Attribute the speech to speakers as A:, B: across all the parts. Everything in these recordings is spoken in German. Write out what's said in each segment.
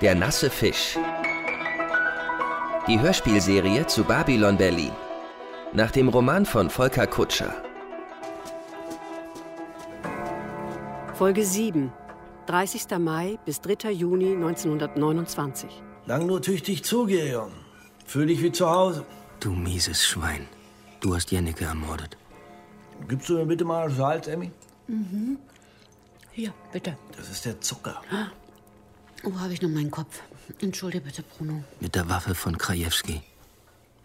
A: Der nasse Fisch. Die Hörspielserie zu Babylon Berlin. Nach dem Roman von Volker Kutscher.
B: Folge 7, 30. Mai bis 3. Juni 1929.
C: Lang nur tüchtig zugehören. Fühl dich wie zu Hause.
D: Du mieses Schwein. Du hast Jennecke ermordet.
C: Gibst du mir bitte mal Salz, Emmy?
E: Mhm. Hier, bitte.
C: Das ist der Zucker.
E: Wo habe Oh, ich noch meinen Kopf? Entschuldige bitte, Bruno.
D: Mit der Waffe von Krajewski.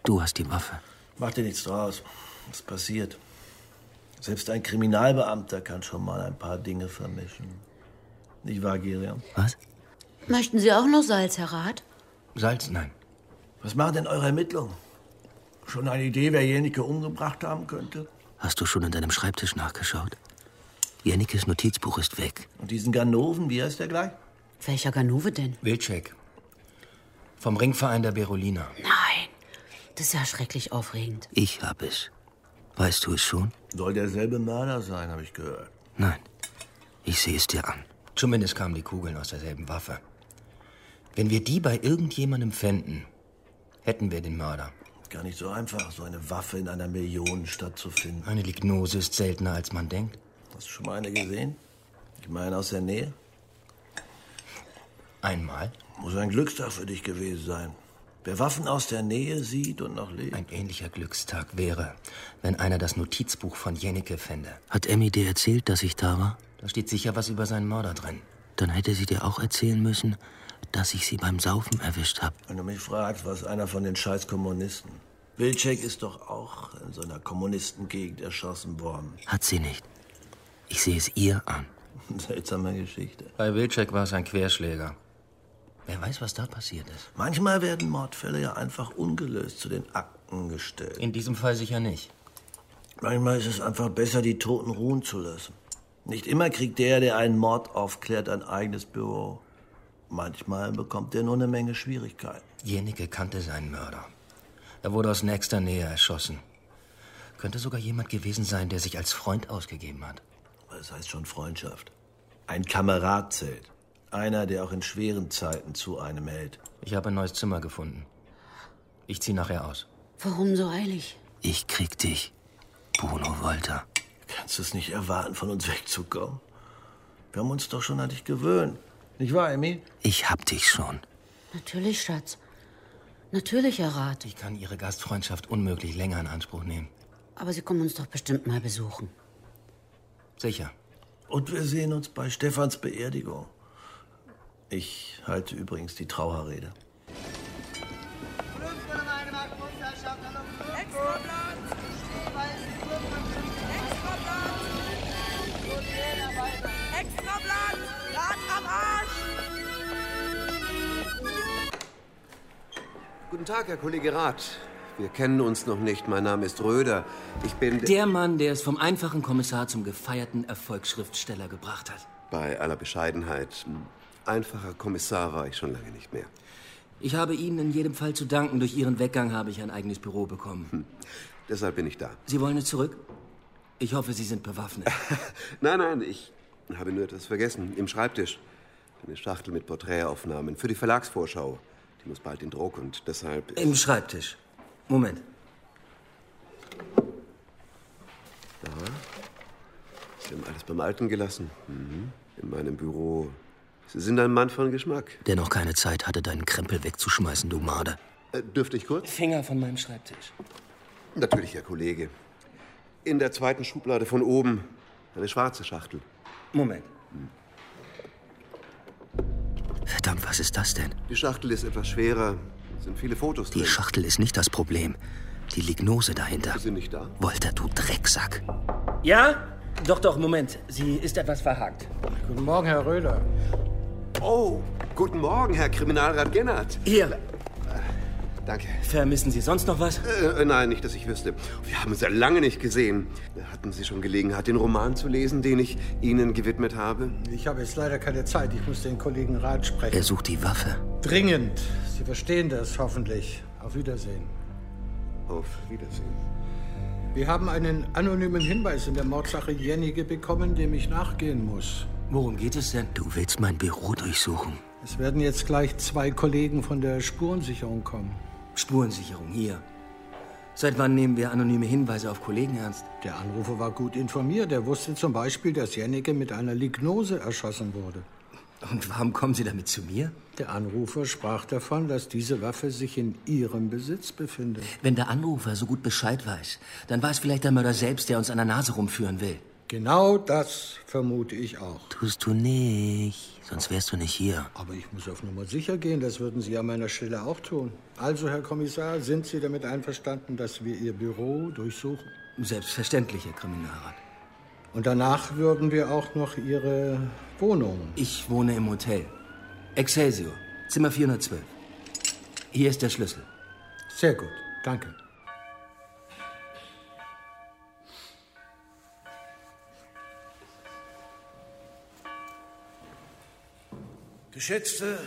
D: Du hast die Waffe.
C: Mach dir nichts draus. Das passiert. Selbst ein Kriminalbeamter kann schon mal ein paar Dinge vermischen. Nicht wahr, Gerion?
D: Was?
E: Möchten Sie auch noch Salz, Herr Rat?
D: Salz? Nein.
C: Was machen denn eure Ermittlungen? Schon eine Idee, wer Jenike umgebracht haben könnte?
D: Hast du schon in deinem Schreibtisch nachgeschaut? Jennekes Notizbuch ist weg.
C: Und diesen Ganoven, wie heißt der gleich?
E: Welcher Ganove denn?
F: Wilczek. Vom Ringverein der Berolina.
E: Nein. Das ist ja schrecklich aufregend.
D: Ich hab es. Weißt du es schon?
C: Soll derselbe Mörder sein, habe ich gehört.
D: Nein. Ich sehe es dir an.
F: Zumindest kamen die Kugeln aus derselben Waffe. Wenn wir die bei irgendjemandem fänden, hätten wir den Mörder.
C: Gar nicht so einfach, so eine Waffe in einer Millionenstadt zu finden.
F: Eine Lignose ist seltener, als man denkt.
C: Hast du schon mal eine gesehen? Ich meine, aus der Nähe?
F: Einmal
C: Muss ein Glückstag für dich gewesen sein. Wer Waffen aus der Nähe sieht und noch lebt.
F: ein E- ähnlicher Glückstag wäre, wenn einer das Notizbuch von Jennecke fände.
D: Hat Emmy dir erzählt, dass ich da war?
F: Da steht sicher was über seinen Mörder drin.
D: Dann hätte sie dir auch erzählen müssen, dass ich sie beim Saufen erwischt habe.
C: Wenn du mich fragst, was einer von den scheiß Kommunisten. Wilczek ist doch auch in so einer Kommunistengegend erschossen worden.
D: Hat sie nicht. Ich sehe es ihr an.
C: Seltsame Geschichte.
F: Bei Wilczek war es ein Querschläger. Wer weiß, was da passiert ist.
C: Manchmal werden Mordfälle ja einfach ungelöst zu den Akten gestellt.
F: In diesem Fall sicher nicht.
C: Manchmal ist es einfach besser, die Toten ruhen zu lassen. Nicht immer kriegt der, der einen Mord aufklärt, ein eigenes Büro. Manchmal bekommt der nur eine Menge Schwierigkeiten.
F: Jennecke kannte seinen Mörder. Er wurde aus nächster Nähe erschossen. Könnte sogar jemand gewesen sein, der sich als Freund ausgegeben hat.
C: Aber Das heißt schon Freundschaft. Ein Kamerad zählt. Einer, der auch in schweren Zeiten zu einem hält.
F: Ich habe ein neues Zimmer gefunden. Ich ziehe nachher aus.
E: Warum so eilig?
D: Ich krieg dich. Bruno Wolter.
C: Kannst du es nicht erwarten, von uns wegzukommen? Wir haben uns doch schon an dich gewöhnt. Nicht wahr, Emmy?
D: Ich hab dich schon.
E: Natürlich, Schatz. Natürlich, Herr Rat.
F: Ich kann Ihre Gastfreundschaft unmöglich länger in Anspruch nehmen.
E: Aber Sie kommen uns doch bestimmt mal besuchen.
F: Sicher.
C: Und wir sehen uns bei Stefans Beerdigung. Ich halte übrigens die Trauerrede.
G: Extrablatt! Rad am Arsch!
H: Guten Tag, Herr Kollege Rath. Wir kennen uns noch nicht. Mein Name ist Röder. Ich bin
D: Der Mann, der es vom einfachen Kommissar zum gefeierten Erfolgsschriftsteller gebracht hat.
H: bei aller Bescheidenheit. Einfacher Kommissar war ich schon lange nicht mehr.
D: Ich habe Ihnen in jedem Fall zu danken. Durch Ihren Weggang habe ich ein eigenes Büro
H: Hm.
D: bekommen.
H: Deshalb bin ich da.
D: Sie wollen es zurück? Ich hoffe, Sie sind bewaffnet.
H: Nein, nein, ich habe nur etwas vergessen. Im Schreibtisch. Eine Schachtel mit Porträtaufnahmen für die Verlagsvorschau. Die muss bald in Druck und deshalb.
D: Im Schreibtisch. Moment.
H: Sie haben alles beim Alten gelassen. Mhm. In meinem Büro. Sie sind ein Mann von Geschmack.
D: Der noch keine Zeit hatte, deinen Krempel wegzuschmeißen, du Marder.
H: Äh, dürfte ich kurz?
D: Finger von meinem Schreibtisch.
H: Natürlich, Herr Kollege. In der zweiten Schublade von oben. Eine schwarze Schachtel.
D: Moment. Hm. Verdammt, was ist das denn?
H: Die Schachtel ist etwas schwerer. Es sind viele Fotos
D: Die
H: drin.
D: Schachtel ist nicht das Problem. Die Lignose dahinter.
H: Sind nicht da?
D: Wolter, du Drecksack.
I: Ja? Doch, doch, Moment. Sie ist etwas verhakt.
J: Guten Morgen, Herr Röder.
H: Oh, guten Morgen, Herr Kriminalrat Gennert.
I: Hier,
H: Danke.
I: vermissen Sie sonst noch was?
H: Äh, äh, nein, nicht, dass ich wüsste. Wir haben uns ja lange nicht gesehen. Hatten Sie schon Gelegenheit, den Roman zu lesen, den ich Ihnen gewidmet habe?
J: Ich habe jetzt leider keine Zeit. Ich muss den Kollegen Rat sprechen.
D: Er sucht die Waffe.
J: Dringend. Sie verstehen das hoffentlich. Auf Wiedersehen.
H: Auf Wiedersehen.
J: Wir haben einen anonymen Hinweis in der Mordsache Jennige bekommen, dem ich nachgehen muss.
I: Worum geht es denn?
D: Du willst mein Büro durchsuchen.
J: Es werden jetzt gleich zwei Kollegen von der Spurensicherung kommen.
K: Spurensicherung, hier. Seit wann nehmen wir anonyme Hinweise auf Kollegen ernst?
J: Der Anrufer war gut informiert. Er wusste zum Beispiel, dass Jennecke mit einer Lignose erschossen wurde.
K: Und warum kommen Sie damit zu mir?
J: Der Anrufer sprach davon, dass diese Waffe sich in Ihrem Besitz befindet.
K: Wenn der Anrufer so gut Bescheid weiß, dann war es vielleicht der Mörder selbst, der uns an der Nase rumführen will.
J: Genau das vermute ich auch.
K: Tust du nicht, sonst wärst du nicht hier.
J: Aber ich muss auf Nummer sicher gehen, das würden Sie an meiner Stelle auch tun. Also, Herr Kommissar, sind Sie damit einverstanden, dass wir Ihr Büro durchsuchen?
K: Selbstverständlich, Herr Kriminalrat.
J: Und danach würden wir auch noch Ihre Wohnung.
K: Ich wohne im Hotel. Excelsior, Zimmer 412. Hier ist der Schlüssel.
J: Sehr gut, danke.
C: Geschätzte,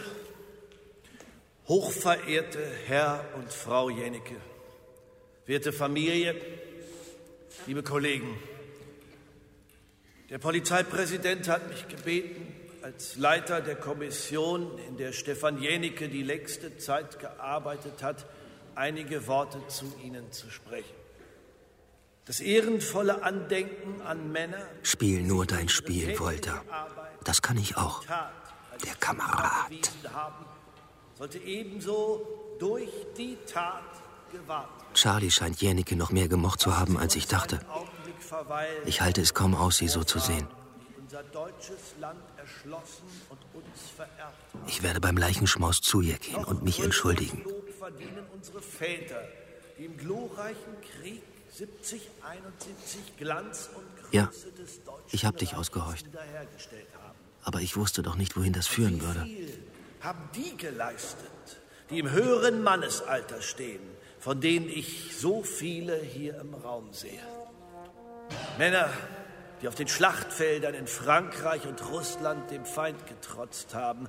C: hochverehrte Herr und Frau Jennecke, werte Familie, liebe Kollegen, der Polizeipräsident hat mich gebeten, als Leiter der Kommission, in der Stefan Jennecke die längste Zeit gearbeitet hat, einige Worte zu Ihnen zu sprechen. Das ehrenvolle Andenken an Männer.
D: Spiel nur dein Spiel, Wolter. Das kann ich auch. Der Kamerad.
C: Haben, sollte ebenso durch die Tat gewahrt werden.
D: Charlie scheint Jennecke noch mehr gemocht zu haben, als ich dachte. Ich halte es kaum aus, sie so zu sehen. Ich werde beim Leichenschmaus zu ihr gehen und mich entschuldigen.
C: verdienen unsere Väter, die im glorreichen Krieg 70, 71 Glanz und Größe
D: Ja,
C: des deutschen
D: ich habe dich
C: Reiches
D: ausgehorcht.
C: wiederhergestellt haben.
D: Aber ich wusste doch nicht, wohin das führen würde.
C: Wie viel haben die geleistet, die im höheren Mannesalter stehen, von denen ich so viele hier im Raum sehe? Männer, die auf den Schlachtfeldern in Frankreich und Russland dem Feind getrotzt haben,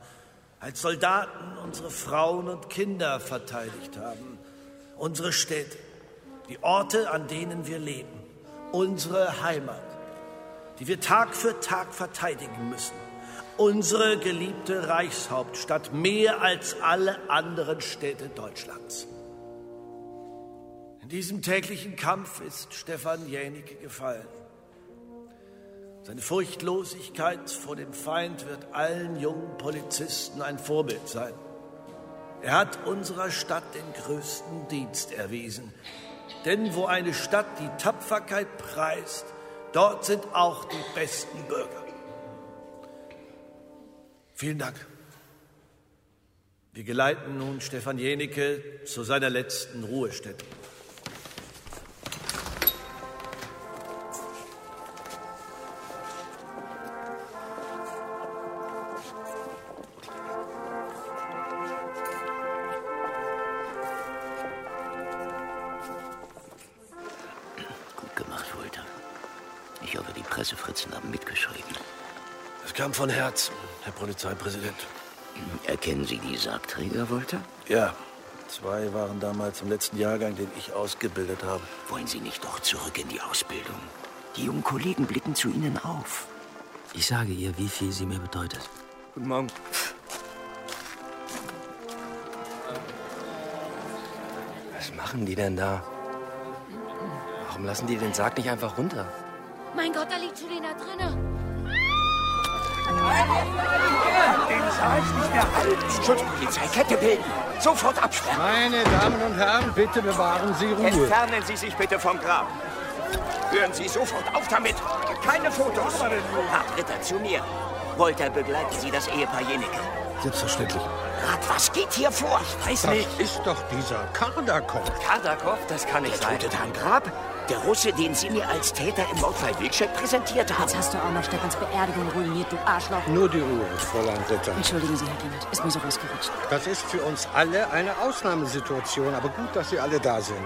C: als Soldaten unsere Frauen und Kinder verteidigt haben, unsere Städte, die Orte, an denen wir leben, unsere Heimat, die wir Tag für Tag verteidigen müssen, unsere geliebte Reichshauptstadt mehr als alle anderen Städte Deutschlands. In diesem täglichen Kampf ist Stefan Jänicke gefallen. Seine Furchtlosigkeit vor dem Feind wird allen jungen Polizisten ein Vorbild sein. Er hat unserer Stadt den größten Dienst erwiesen. Denn wo eine Stadt die Tapferkeit preist, dort sind auch die besten Bürger. Vielen Dank. Wir geleiten nun Stefan Jenicke zu seiner letzten Ruhestätte.
L: Gut gemacht, Wolter. Ich hoffe, die Pressefritzen haben mitgeschrieben.
C: Es kam von Herzen, Herr Polizeipräsident.
L: Erkennen Sie die Sargträger, Wolter?
C: Ja, zwei waren damals im letzten Jahrgang, den ich ausgebildet habe.
L: Wollen Sie nicht doch zurück in die Ausbildung? Die jungen Kollegen blicken zu Ihnen auf.
D: Ich sage ihr, wie viel sie mir bedeutet.
K: Guten Morgen.
D: Was machen die denn da? Warum lassen die den Sarg nicht einfach runter?
M: Mein Gott, da liegt Julina drinne.
N: Den Saal nicht mehr halten. Schutzpolizei, Kette bilden. Sofort absperren.
J: Meine Damen und Herren, bitte bewahren Sie Ruhe.
N: Entfernen Sie sich bitte vom Grab. Hören Sie sofort auf damit. Keine Fotos.
L: Herr Ritter, zu mir. Wolter, begleiten Sie das Ehepaar Jenecke.
J: Selbstverständlich.
L: Rat, was geht hier vor? Ich weiß
J: das
L: nicht.
J: ist doch dieser Kardakopf.
L: Kardakov, das kann nicht sein. Der Tote am Grab? Der Russe, den Sie mir als Täter im Mordfall Wilczek präsentiert haben.
O: Jetzt hast du auch noch Stefans Beerdigung ruiniert, du Arschloch.
J: Nur die Ruhe, Fräulein Ritter.
O: Entschuldigen Sie, Herr Gellert, ist mir so rausgerutscht.
J: Das ist für uns alle eine Ausnahmesituation, aber gut, dass Sie alle da sind.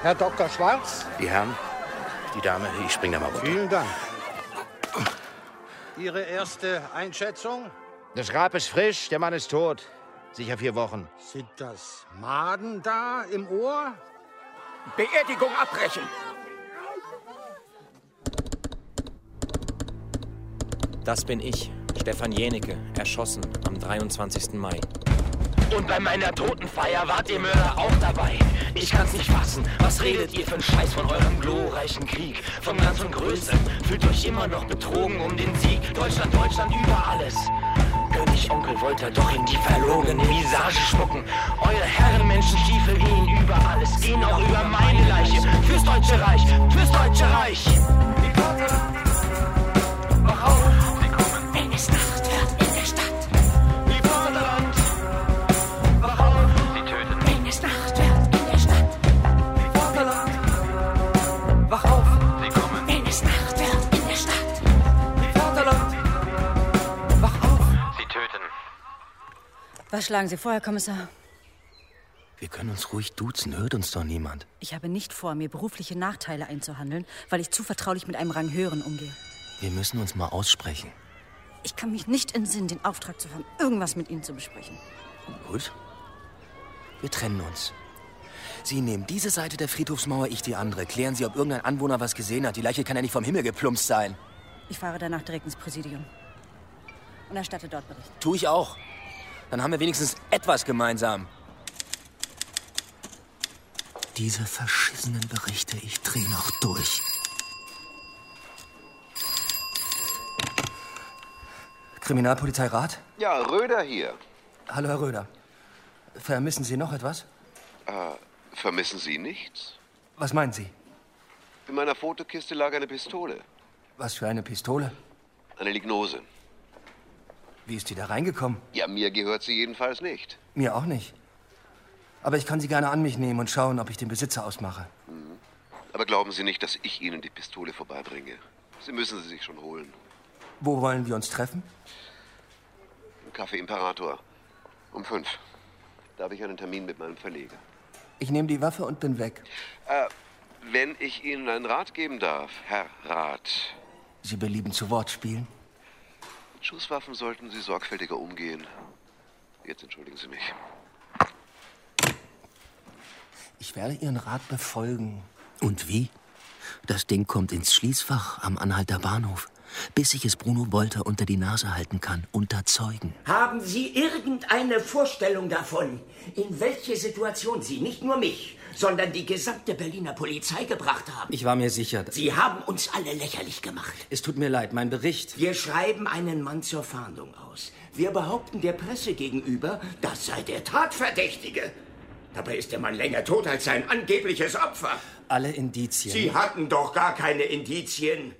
J: Herr Dr. Schwarz,
L: Die Herren, die Dame, ich spring da mal runter.
J: vielen Dank. Ihre erste Einschätzung?
P: Das Grab ist frisch, der Mann ist tot. Sicher vier Wochen.
J: Sind das Maden da im Ohr?
N: Beerdigung abbrechen.
Q: Das bin ich,
R: Stefan Jenecke, erschossen am 23. Mai.
L: Und bei meiner Totenfeier wart ihr Mörder auch dabei. Ich kann's nicht fassen. Was redet ihr für'n Scheiß von eurem glorreichen Krieg? Vom Land und Größe. Fühlt euch immer noch betrogen um den Sieg. Deutschland, Deutschland über alles. König Onkel wollte doch in die verlogene Visage spucken. Eure Herrenmenschenstiefel gehen über alles. Gehen auch über meine Leiche. Fürs Deutsche Reich. Fürs Deutsche Reich. Die Karte. Wach auf. Sie kommen. Wenn es Nacht wird in der Stadt. Die Vaterland. Wach auf. Sie töten. Wenn es Nacht wird in der Stadt. Die Vaterland. Wach auf. Sie kommen. Wenn es Nacht wird in der Stadt. Die Vaterland. Wach auf.
S: Sie töten. Was schlagen Sie vor, Herr Kommissar?
T: Wir können uns ruhig duzen, hört uns doch niemand.
S: Ich habe nicht vor, mir berufliche Nachteile einzuhandeln, weil ich zu vertraulich mit einem Rang höheren umgehe.
T: Wir müssen uns mal aussprechen.
S: Ich kann mich nicht entsinnen, den Auftrag zu haben, irgendwas mit Ihnen zu besprechen.
T: Gut. Wir trennen uns. Sie nehmen diese Seite der Friedhofsmauer, ich die andere. Klären Sie, ob irgendein Anwohner was gesehen hat. Die Leiche kann ja nicht vom Himmel geplumpst sein.
S: Ich fahre danach direkt ins Präsidium und erstatte dort Bericht.
T: Tu ich auch. Dann haben wir wenigstens etwas gemeinsam. Diese verschissenen Berichte, ich dreh noch durch. Kriminalpolizei Rath?
H: Ja, Röder hier.
T: Hallo, Herr Röder. Vermissen Sie noch etwas?
H: Äh, vermissen Sie nichts?
T: Was meinen Sie?
H: In meiner Fotokiste lag eine Pistole.
T: Was für eine Pistole?
H: Eine Lignose.
T: Wie ist die da reingekommen?
H: Ja, mir gehört sie jedenfalls nicht.
T: Mir auch nicht. Aber ich kann sie gerne an mich nehmen und schauen, ob ich den Besitzer ausmache.
H: Aber glauben Sie nicht, dass ich Ihnen die Pistole vorbeibringe. Sie müssen sie sich schon holen.
T: Wo wollen wir uns treffen?
H: Im Café Imperator. Um fünf. Da habe ich einen Termin mit meinem Verleger.
T: Ich nehme die Waffe und bin weg.
H: Äh, wenn ich Ihnen einen Rat geben darf, Herr Rat.
T: Sie belieben zu Wort spielen.
H: Mit Schusswaffen sollten Sie sorgfältiger umgehen. Jetzt entschuldigen Sie mich.
T: Ich werde Ihren Rat befolgen.
D: Und wie? Das Ding kommt ins Schließfach am Anhalter Bahnhof, bis ich es Bruno Bolter unter die Nase halten kann, unter Zeugen.
U: Haben Sie irgendeine Vorstellung davon, in welche Situation Sie nicht nur mich, sondern die gesamte Berliner Polizei gebracht haben?
D: Ich war mir sicher. dass-
U: Sie haben uns alle lächerlich gemacht.
D: Es tut mir leid, mein Bericht.
U: Wir schreiben einen Mann zur Fahndung aus. Wir behaupten der Presse gegenüber, das sei der Tatverdächtige. Dabei ist der Mann länger tot als sein angebliches Opfer.
D: Alle Indizien.
U: Sie hatten doch gar keine Indizien.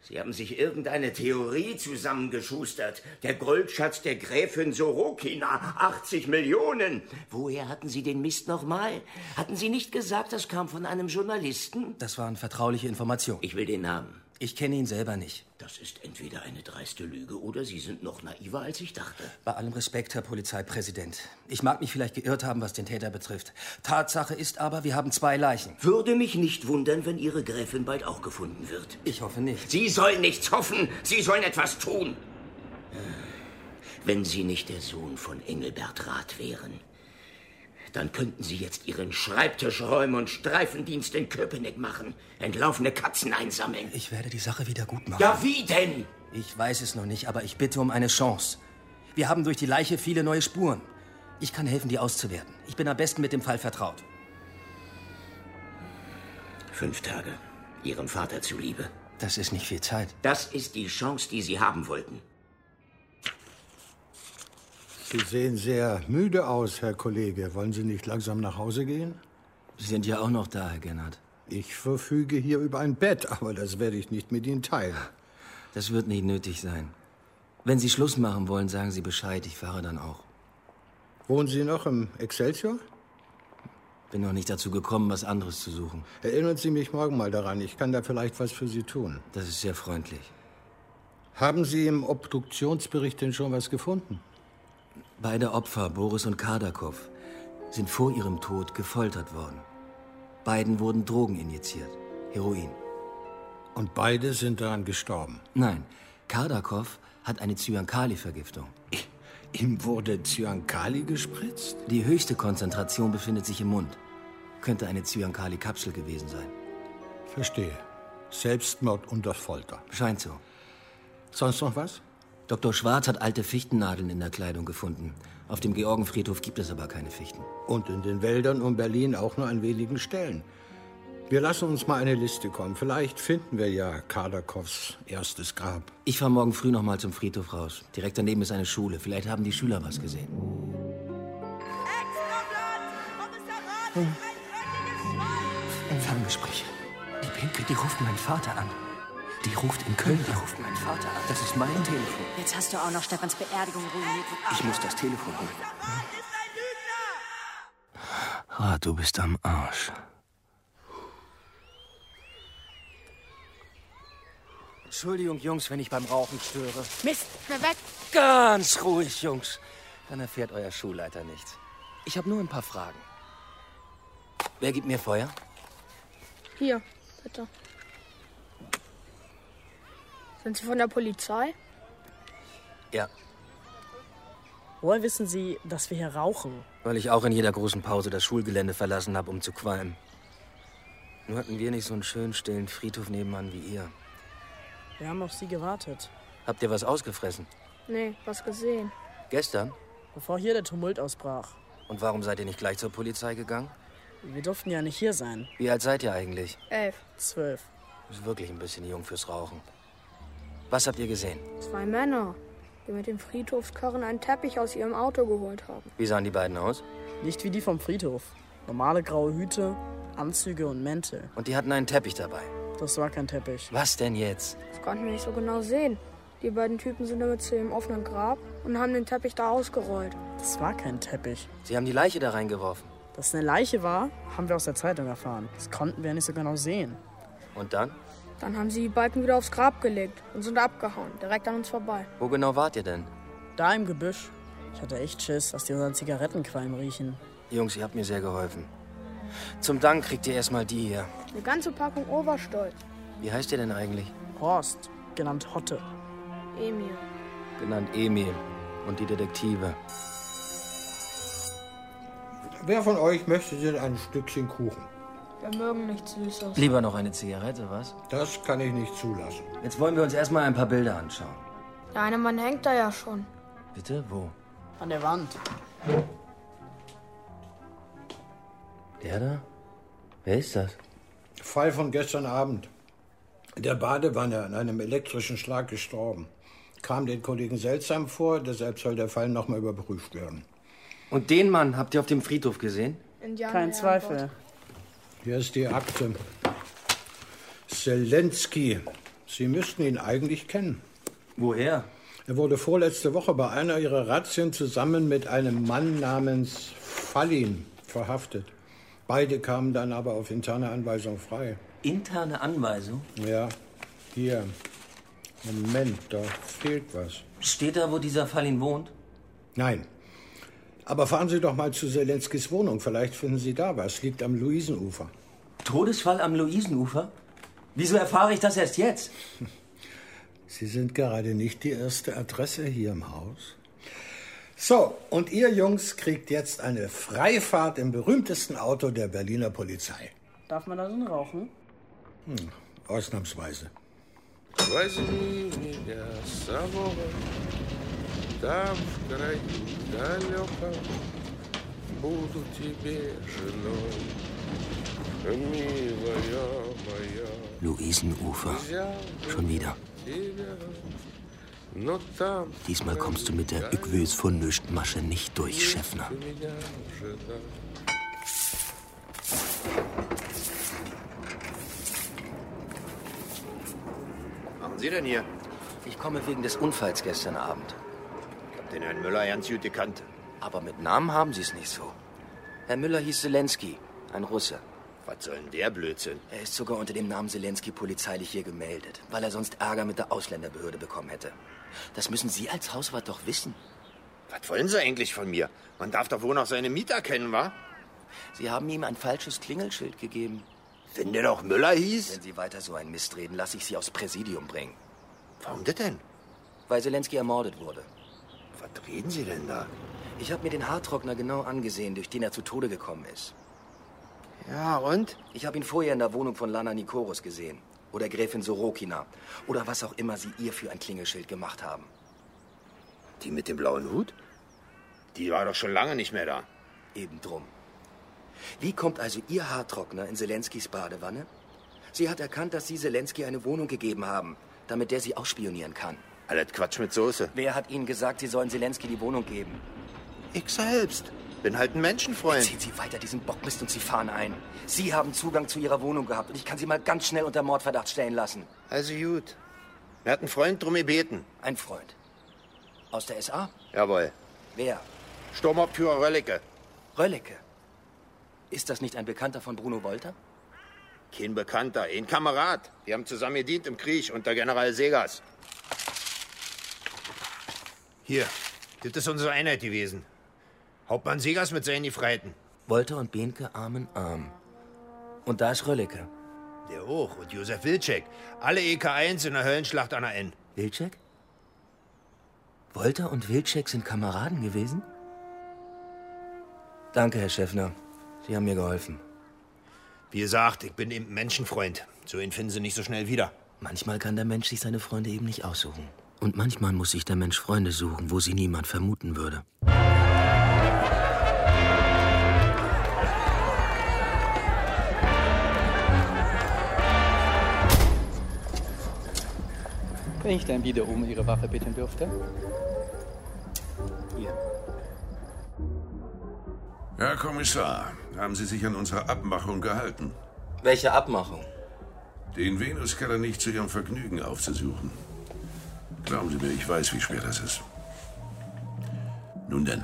U: Sie haben sich irgendeine Theorie zusammengeschustert. Der Goldschatz der Gräfin Sorokina, 80 Millionen. Woher hatten Sie den Mist nochmal? Hatten Sie nicht gesagt, das kam von einem Journalisten?
D: Das waren vertrauliche Informationen.
U: Ich will den Namen.
D: Ich kenne ihn selber nicht.
U: Das ist entweder eine dreiste Lüge oder Sie sind noch naiver, als ich dachte.
D: Bei allem Respekt, Herr Polizeipräsident. Ich mag mich vielleicht geirrt haben, was den Täter betrifft. Tatsache ist aber, wir haben zwei Leichen.
U: Würde mich nicht wundern, wenn Ihre Gräfin bald auch gefunden wird.
D: Ich hoffe nicht.
U: Sie sollen nichts hoffen, Sie sollen etwas tun. Wenn Sie nicht der Sohn von Engelbert Rath wären, dann könnten Sie jetzt Ihren Schreibtisch räumen und Streifendienst in Köpenick machen, entlaufene Katzen einsammeln.
D: Ich werde die Sache wieder gut machen.
U: Ja, wie denn?
D: Ich weiß es noch nicht, aber ich bitte um eine Chance. Wir haben durch die Leiche viele neue Spuren. Ich kann helfen, die auszuwerten. Ich bin am besten mit dem Fall vertraut.
U: Fünf Tage. Ihrem Vater zuliebe.
D: Das ist nicht viel Zeit.
U: Das ist die Chance, die Sie haben wollten.
J: Sie sehen sehr müde aus, Herr Kollege. Wollen Sie nicht langsam nach Hause gehen?
D: Sie sind ja auch noch da, Herr Gennert.
J: Ich verfüge hier über ein Bett, aber das werde ich nicht mit Ihnen teilen.
D: Das wird nicht nötig sein. Wenn Sie Schluss machen wollen, sagen Sie Bescheid. Ich fahre dann auch.
J: Wohnen Sie noch im Excelsior?
D: Bin noch nicht dazu gekommen, was anderes zu suchen.
J: Erinnern Sie mich morgen mal daran. Ich kann da vielleicht was für Sie tun.
D: Das ist sehr freundlich.
J: Haben Sie im Obduktionsbericht denn schon was gefunden?
D: Beide Opfer, Boris und Kardakow, sind vor ihrem Tod gefoltert worden. Beiden wurden Drogen injiziert, Heroin.
J: Und beide sind daran gestorben?
D: Nein, Kardakow hat eine Zyankali-Vergiftung.
J: Ihm wurde Zyankali gespritzt?
D: Die höchste Konzentration befindet sich im Mund. Könnte eine Zyankali-Kapsel gewesen sein.
J: Verstehe. Selbstmord unter Folter.
D: Scheint so.
J: Sonst noch was?
K: Dr. Schwarz hat alte Fichtennadeln in der Kleidung gefunden. Auf dem Georgenfriedhof gibt es aber keine Fichten.
J: Und in den Wäldern um Berlin auch nur an wenigen Stellen. Wir lassen uns mal eine Liste kommen. Vielleicht finden wir ja Kardakows erstes Grab.
K: Ich fahre morgen früh noch mal zum Friedhof raus. Direkt daneben ist eine Schule. Vielleicht haben die Schüler was gesehen.
D: Ferngespräche. Die Pinke, die ruft meinen Vater an. Die ruft in Köln, die ruft meinen Vater an. Das ist mein Telefon.
S: Jetzt hast du auch noch Stefans Beerdigung ruiniert.
D: Ich muss das Telefon holen.
K: Ah, du bist am Arsch.
D: Entschuldigung, Jungs, wenn ich beim Rauchen störe.
M: Mist, na weg!
D: Ganz ruhig, Jungs. Dann erfährt euer Schulleiter nichts. Ich habe nur ein paar Fragen. Wer gibt mir Feuer?
V: Hier, bitte. Sind Sie von der Polizei?
D: Ja,
G: Woher wissen Sie, dass wir hier rauchen?
D: weil ich auch in jeder großen Pause das Schulgelände verlassen habe, um zu qualmen. Nur hatten wir nicht so einen schönen, stillen Friedhof nebenan wie ihr.
G: Wir haben auf Sie gewartet.
D: Habt ihr was ausgefressen?
V: Nee, was gesehen.
D: Gestern?
G: Bevor hier der Tumult ausbrach.
D: Und warum seid ihr nicht gleich zur Polizei gegangen?
G: Wir durften ja nicht hier sein.
D: Wie alt seid ihr eigentlich?
V: Elf.
G: Zwölf.
D: Ist wirklich ein bisschen jung fürs Rauchen. Was habt ihr gesehen?
V: Zwei Männer, die mit dem Friedhofskarren einen Teppich aus ihrem Auto geholt haben.
D: Wie sahen die beiden aus?
G: Nicht wie die vom Friedhof. Normale graue Hüte, Anzüge und Mäntel.
D: Und die hatten einen Teppich dabei.
G: Das war kein Teppich.
D: Was denn jetzt?
V: Das konnten wir nicht so genau sehen. Die beiden Typen sind damit zu dem offenen Grab und haben den Teppich da ausgerollt.
G: Das war kein Teppich.
D: Sie haben die Leiche da reingeworfen.
G: Dass es eine Leiche war, haben wir aus der Zeitung erfahren. Das konnten wir nicht so genau sehen.
D: Und dann?
V: Dann haben sie die beiden wieder aufs Grab gelegt und sind abgehauen, direkt an uns vorbei.
D: Wo genau wart ihr denn?
G: Da im Gebüsch. Ich hatte echt Schiss, dass die unseren Zigarettenqualm riechen.
D: Jungs, ihr habt mir sehr geholfen. Zum Dank kriegt ihr erstmal die hier.
V: Eine ganze Packung Overstolz.
D: Wie heißt ihr denn eigentlich?
G: Horst, genannt Hotte.
V: Emil.
D: Genannt Emil. Und die Detektive.
J: Wer von euch möchte denn ein Stückchen Kuchen?
V: Wir mögen nichts Süßes.
D: Lieber noch eine Zigarette, was?
J: Das kann ich nicht zulassen.
D: Jetzt wollen wir uns erstmal ein paar Bilder anschauen.
V: Der eine Mann hängt da ja schon.
D: Bitte? Wo?
G: An der Wand.
D: Der da? Wer ist das?
J: Fall von gestern Abend. In der Badewanne an einem elektrischen Schlag gestorben. Kam den Kollegen seltsam vor, deshalb soll der Fall nochmal überprüft werden.
D: Und den Mann habt ihr auf dem Friedhof gesehen?
V: Indianer
G: Kein Zweifel.
J: Hier ist die Akte. Zelensky. Sie müssten ihn eigentlich kennen.
D: Woher?
J: Er wurde vorletzte Woche bei einer ihrer Razzien zusammen mit einem Mann namens Fallin verhaftet. Beide kamen dann aber auf interne Anweisung frei.
D: Interne Anweisung?
J: Ja, hier. Moment, da fehlt was.
D: Steht da, wo dieser Fallin wohnt?
J: Nein. Aber fahren Sie doch mal zu Zelenskis Wohnung. Vielleicht finden Sie da was. Liegt am Luisenufer.
D: Todesfall am Luisenufer? Wieso erfahre ich das erst jetzt?
J: Sie sind gerade nicht die erste Adresse hier im Haus. So, und ihr Jungs kriegt jetzt eine Freifahrt im berühmtesten Auto der Berliner Polizei.
G: Darf man da drin rauchen?
J: Hm, ausnahmsweise.
W: Возьми самого там, в краю далеком, Буду тебе женой, милая моя.
D: Luisenufer. Schon wieder.
W: Тебя, но там
D: Diesmal kommst du mit der Ückwös von nüscht Masche nicht durch, Schäffner.
W: у меня жена.
D: Machen Sie denn hier? Ich komme wegen des Unfalls gestern Abend.
P: Ich hab den Herrn Müller ganz gut gekannt.
D: Aber mit Namen haben Sie es nicht so. Herr Müller hieß Zelensky, ein Russe.
P: Was soll denn der Blödsinn?
D: Er ist sogar unter dem Namen Zelensky polizeilich hier gemeldet, weil er sonst Ärger mit der Ausländerbehörde bekommen hätte. Das müssen Sie als Hauswart doch wissen.
P: Was wollen Sie eigentlich von mir? Man darf doch wohl noch seine Mieter kennen, wa?
D: Sie haben ihm ein falsches Klingelschild gegeben.
P: Wenn der doch Müller hieß?
D: Wenn Sie weiter so einen Mist reden, lasse ich Sie aufs Präsidium bringen.
P: Warum das denn?
D: Weil Zelensky ermordet wurde.
P: Was reden Sie denn da?
D: Ich habe mir den Haartrockner genau angesehen, durch den er zu Tode gekommen ist.
P: Ja, und?
D: Ich habe ihn vorher in der Wohnung von Lana Nikoros gesehen. Oder Gräfin Sorokina. Oder was auch immer Sie ihr für ein Klingelschild gemacht haben.
P: Die mit dem blauen Hut? Die war doch schon lange nicht mehr da.
D: Eben drum. Wie kommt also Ihr Haartrockner in Zelenskis Badewanne? Sie hat erkannt, dass Sie Zelensky eine Wohnung gegeben haben, damit der Sie ausspionieren kann.
P: Alles Quatsch mit Soße.
D: Wer hat Ihnen gesagt, Sie sollen Zelensky die Wohnung geben?
P: Ich selbst. Bin halt ein Menschenfreund.
D: Ziehen Sie weiter diesen Bockmist und Sie fahren ein. Sie haben Zugang zu Ihrer Wohnung gehabt und ich kann Sie mal ganz schnell unter Mordverdacht stellen lassen.
P: Also gut. Mir hat ein Freund drum gebeten.
D: Ein Freund. Aus der SA?
P: Jawohl.
D: Wer?
P: Sturmhauptführer Röllecke.
D: Röllecke? Ist das nicht ein Bekannter von Bruno Wolter?
P: Kein Bekannter, ein Kamerad. Wir haben zusammen gedient im Krieg unter General Segers. Hier, das ist unsere Einheit gewesen. Hauptmann Segers mit seinen Gefreiten.
D: Wolter und Behnke Arm in Arm. Und da ist Röllecke.
P: Der auch und Josef Wilczek. Alle EK1 in der Höllenschlacht an der N.
D: Wilczek? Wolter und Wilczek sind Kameraden gewesen? Danke, Herr Schäffner. Sie haben mir geholfen.
P: Wie gesagt, ich bin eben Menschenfreund. So ihn finden Sie nicht so schnell wieder.
D: Manchmal kann der Mensch sich seine Freunde eben nicht aussuchen. Und manchmal muss sich der Mensch Freunde suchen, wo sie niemand vermuten würde.
X: Wenn ich dann wieder um Ihre Waffe bitten dürfte. Hier.
Y: Herr Kommissar, haben Sie sich an unsere Abmachung gehalten?
D: Welche Abmachung?
Y: Den Venuskeller nicht zu Ihrem Vergnügen aufzusuchen. Glauben Sie mir, ich weiß, wie schwer das ist. Nun denn,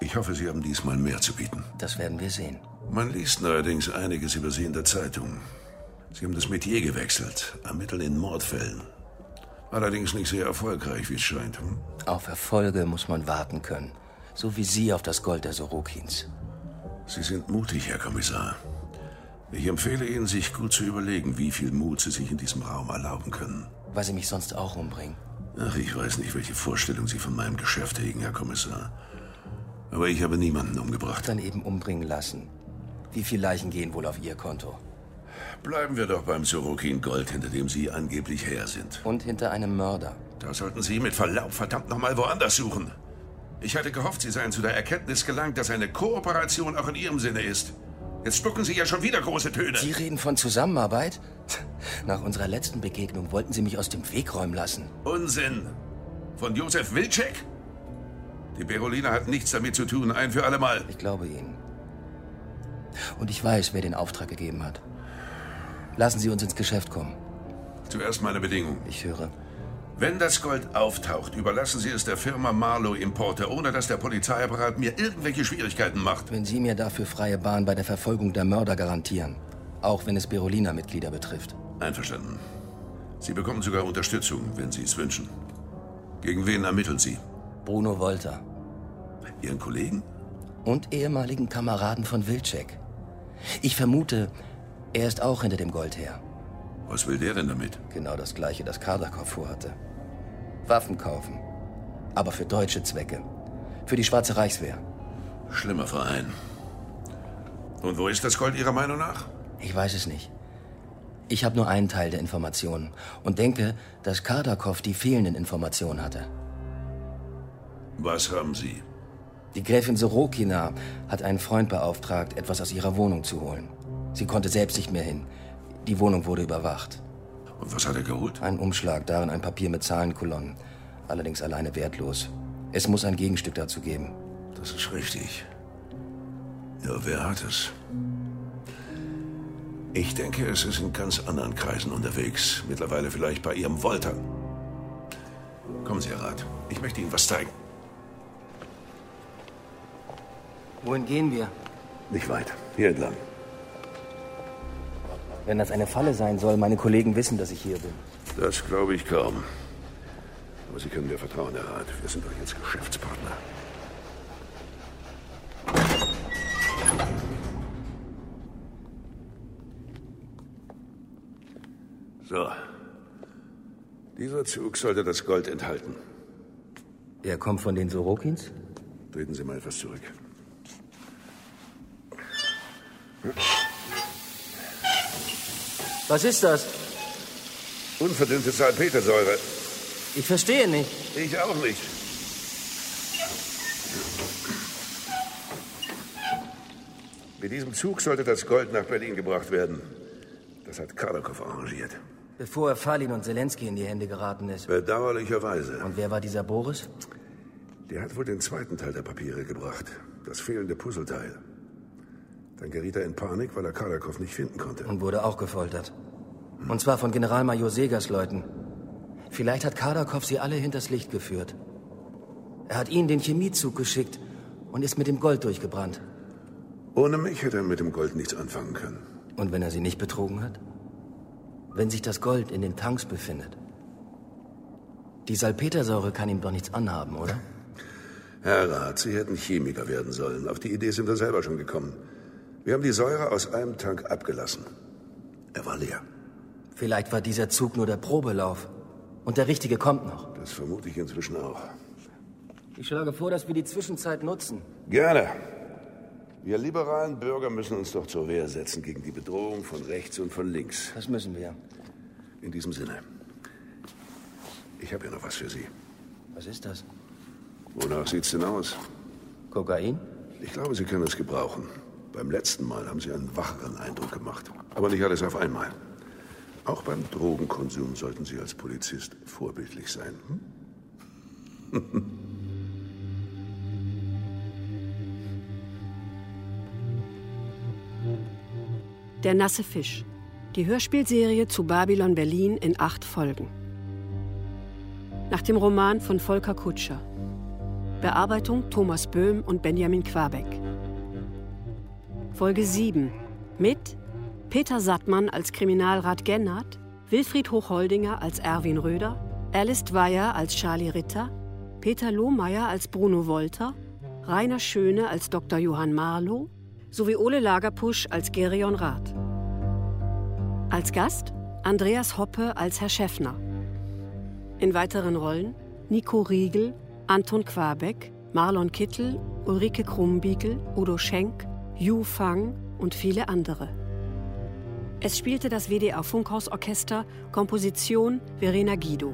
Y: ich hoffe, Sie haben diesmal mehr zu bieten.
D: Das werden wir sehen.
Y: Man liest neuerdings einiges über Sie in der Zeitung. Sie haben das Metier gewechselt, ermitteln in Mordfällen. Allerdings nicht sehr erfolgreich, wie es scheint. Hm?
D: Auf Erfolge muss man warten können. So wie Sie auf das Gold der Sorokins.
Y: Sie sind mutig, Herr Kommissar. Ich empfehle Ihnen, sich gut zu überlegen, wie viel Mut Sie sich in diesem Raum erlauben können.
D: Weil Sie mich sonst auch umbringen.
Y: Ach, ich weiß nicht, welche Vorstellung Sie von meinem Geschäft hegen, Herr Kommissar. Aber ich habe niemanden umgebracht.
D: Dann eben umbringen lassen. Wie viele Leichen gehen wohl auf Ihr Konto?
Y: Bleiben wir doch beim Sorokin Gold, hinter dem Sie angeblich her sind.
D: Und hinter einem Mörder.
Y: Da sollten Sie mit Verlaub verdammt nochmal woanders suchen. Ich hatte gehofft, Sie seien zu der Erkenntnis gelangt, dass eine Kooperation auch in Ihrem Sinne ist. Jetzt spucken Sie ja schon wieder große Töne.
D: Sie reden von Zusammenarbeit? Nach unserer letzten Begegnung wollten Sie mich aus dem Weg räumen lassen.
Y: Unsinn! Von Josef Wilczek? Die Berolina hat nichts damit zu tun, ein für allemal.
D: Ich glaube Ihnen. Und ich weiß, wer den Auftrag gegeben hat. Lassen Sie uns ins Geschäft kommen.
Y: Zuerst meine Bedingung.
D: Ich höre.
Y: Wenn das Gold auftaucht, überlassen Sie es der Firma Marlow Importe, ohne dass der Polizeiapparat mir irgendwelche Schwierigkeiten macht.
D: Wenn Sie mir dafür freie Bahn bei der Verfolgung der Mörder garantieren, auch wenn es Berolina-Mitglieder betrifft.
Y: Einverstanden. Sie bekommen sogar Unterstützung, wenn Sie es wünschen. Gegen wen ermitteln Sie?
D: Bruno Wolter.
Y: Ihren Kollegen?
D: Und ehemaligen Kameraden von Wilczek. Ich vermute, er ist auch hinter dem Gold her.
Y: Was will der denn damit?
D: Genau das gleiche, das Kardakov vorhatte. Waffen kaufen. Aber für deutsche Zwecke. Für die Schwarze Reichswehr.
Y: Schlimmer Verein. Und wo ist das Gold Ihrer Meinung nach?
D: Ich weiß es nicht. Ich habe nur einen Teil der Informationen und denke, dass Kardakov die fehlenden Informationen hatte.
Y: Was haben Sie?
D: Die Gräfin Sorokina hat einen Freund beauftragt, etwas aus ihrer Wohnung zu holen. Sie konnte selbst nicht mehr hin. Die Wohnung wurde überwacht.
Y: Und was hat er geholt?
D: Ein Umschlag, darin ein Papier mit Zahlenkolonnen. Allerdings alleine wertlos. Es muss ein Gegenstück dazu geben.
Y: Das ist richtig. Nur wer hat es? Ich denke, es ist in ganz anderen Kreisen unterwegs. Mittlerweile vielleicht bei Ihrem Wolter. Kommen Sie, Herr Rat. Ich möchte Ihnen was zeigen.
D: Wohin gehen wir?
Y: Nicht weit. Hier entlang.
D: Wenn das eine Falle sein soll, meine Kollegen wissen, dass ich hier bin.
Y: Das glaube ich kaum. Aber Sie können mir vertrauen, Herr Rat. Wir sind doch jetzt Geschäftspartner. So. Dieser Zug sollte das Gold enthalten.
D: Er kommt von den Sorokins?
Y: Treten Sie mal etwas zurück. Hm?
D: Was ist das?
Y: Unverdünnte Salpetersäure.
D: Ich verstehe nicht.
Y: Ich auch nicht. Mit diesem Zug sollte das Gold nach Berlin gebracht werden. Das hat Karakow arrangiert.
K: Bevor Falin und Zelensky in die Hände geraten ist.
Y: Bedauerlicherweise.
K: Und wer war dieser Boris?
Y: Der hat wohl den zweiten Teil der Papiere gebracht. Das fehlende Puzzleteil. Dann geriet er in Panik, weil er Karakow nicht finden konnte.
K: Und wurde auch gefoltert. Und zwar von Generalmajor Segers Leuten. Vielleicht hat Kardakov sie alle hinters Licht geführt. Er hat ihnen den Chemiezug geschickt und ist mit dem Gold durchgebrannt.
Y: Ohne mich hätte er mit dem Gold nichts anfangen können.
K: Und wenn er sie nicht betrogen hat? Wenn sich das Gold in den Tanks befindet? Die Salpetersäure kann ihm doch nichts anhaben, oder?
Y: Herr Rath, Sie hätten Chemiker werden sollen. Auf die Idee sind wir selber schon gekommen. Wir haben die Säure aus einem Tank abgelassen. Er war leer.
K: Vielleicht war dieser Zug nur der Probelauf. Und der richtige kommt noch.
Y: Das vermute ich inzwischen auch.
K: Ich schlage vor, dass wir die Zwischenzeit nutzen.
Y: Gerne. Wir liberalen Bürger müssen uns doch zur Wehr setzen gegen die Bedrohung von rechts und von links.
K: Das müssen wir.
Y: In diesem Sinne. Ich habe ja noch was für Sie.
K: Was ist das?
Y: Wonach sieht's denn aus?
K: Kokain?
Y: Ich glaube, Sie können es gebrauchen. Beim letzten Mal haben Sie einen wacheren Eindruck gemacht. Aber nicht alles auf einmal. Auch beim Drogenkonsum sollten Sie als Polizist vorbildlich sein. Hm?
E: Der nasse Fisch. Die Hörspielserie zu Babylon Berlin in acht Folgen. Nach dem Roman von Volker Kutscher. Bearbeitung Thomas Böhm und Benjamin Quabeck. Folge 7 mit Peter Sattmann als Kriminalrat Gennard, Wilfried Hochholdinger als Erwin Röder, Alice Dwyer als Charlie Ritter, Peter Lohmeier als Bruno Wolter, Rainer Schöne als Dr. Johann Marlow sowie Ole Lagerpusch als Gerion Rath. Als Gast Andreas Hoppe als Herr Schäffner. In weiteren Rollen Nico Riegel, Anton Quabeck, Marlon Kittel, Ulrike Krumbiegel, Udo Schenk, Yu Fang und viele andere. Es spielte das WDR Funkhausorchester, Komposition Verena Guido.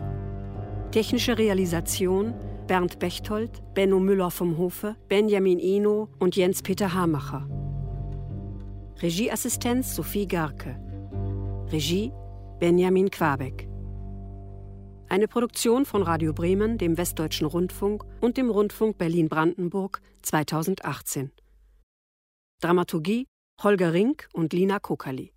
E: Technische Realisation Bernd Bechtold, Benno Müller vom Hofe, Benjamin Eno und Jens-Peter Hamacher. Regieassistenz Sophie Garke. Regie Benjamin Quabeck. Eine Produktion von Radio Bremen, dem Westdeutschen Rundfunk und dem Rundfunk Berlin-Brandenburg 2018. Dramaturgie Holger Rink und Lina Kokali.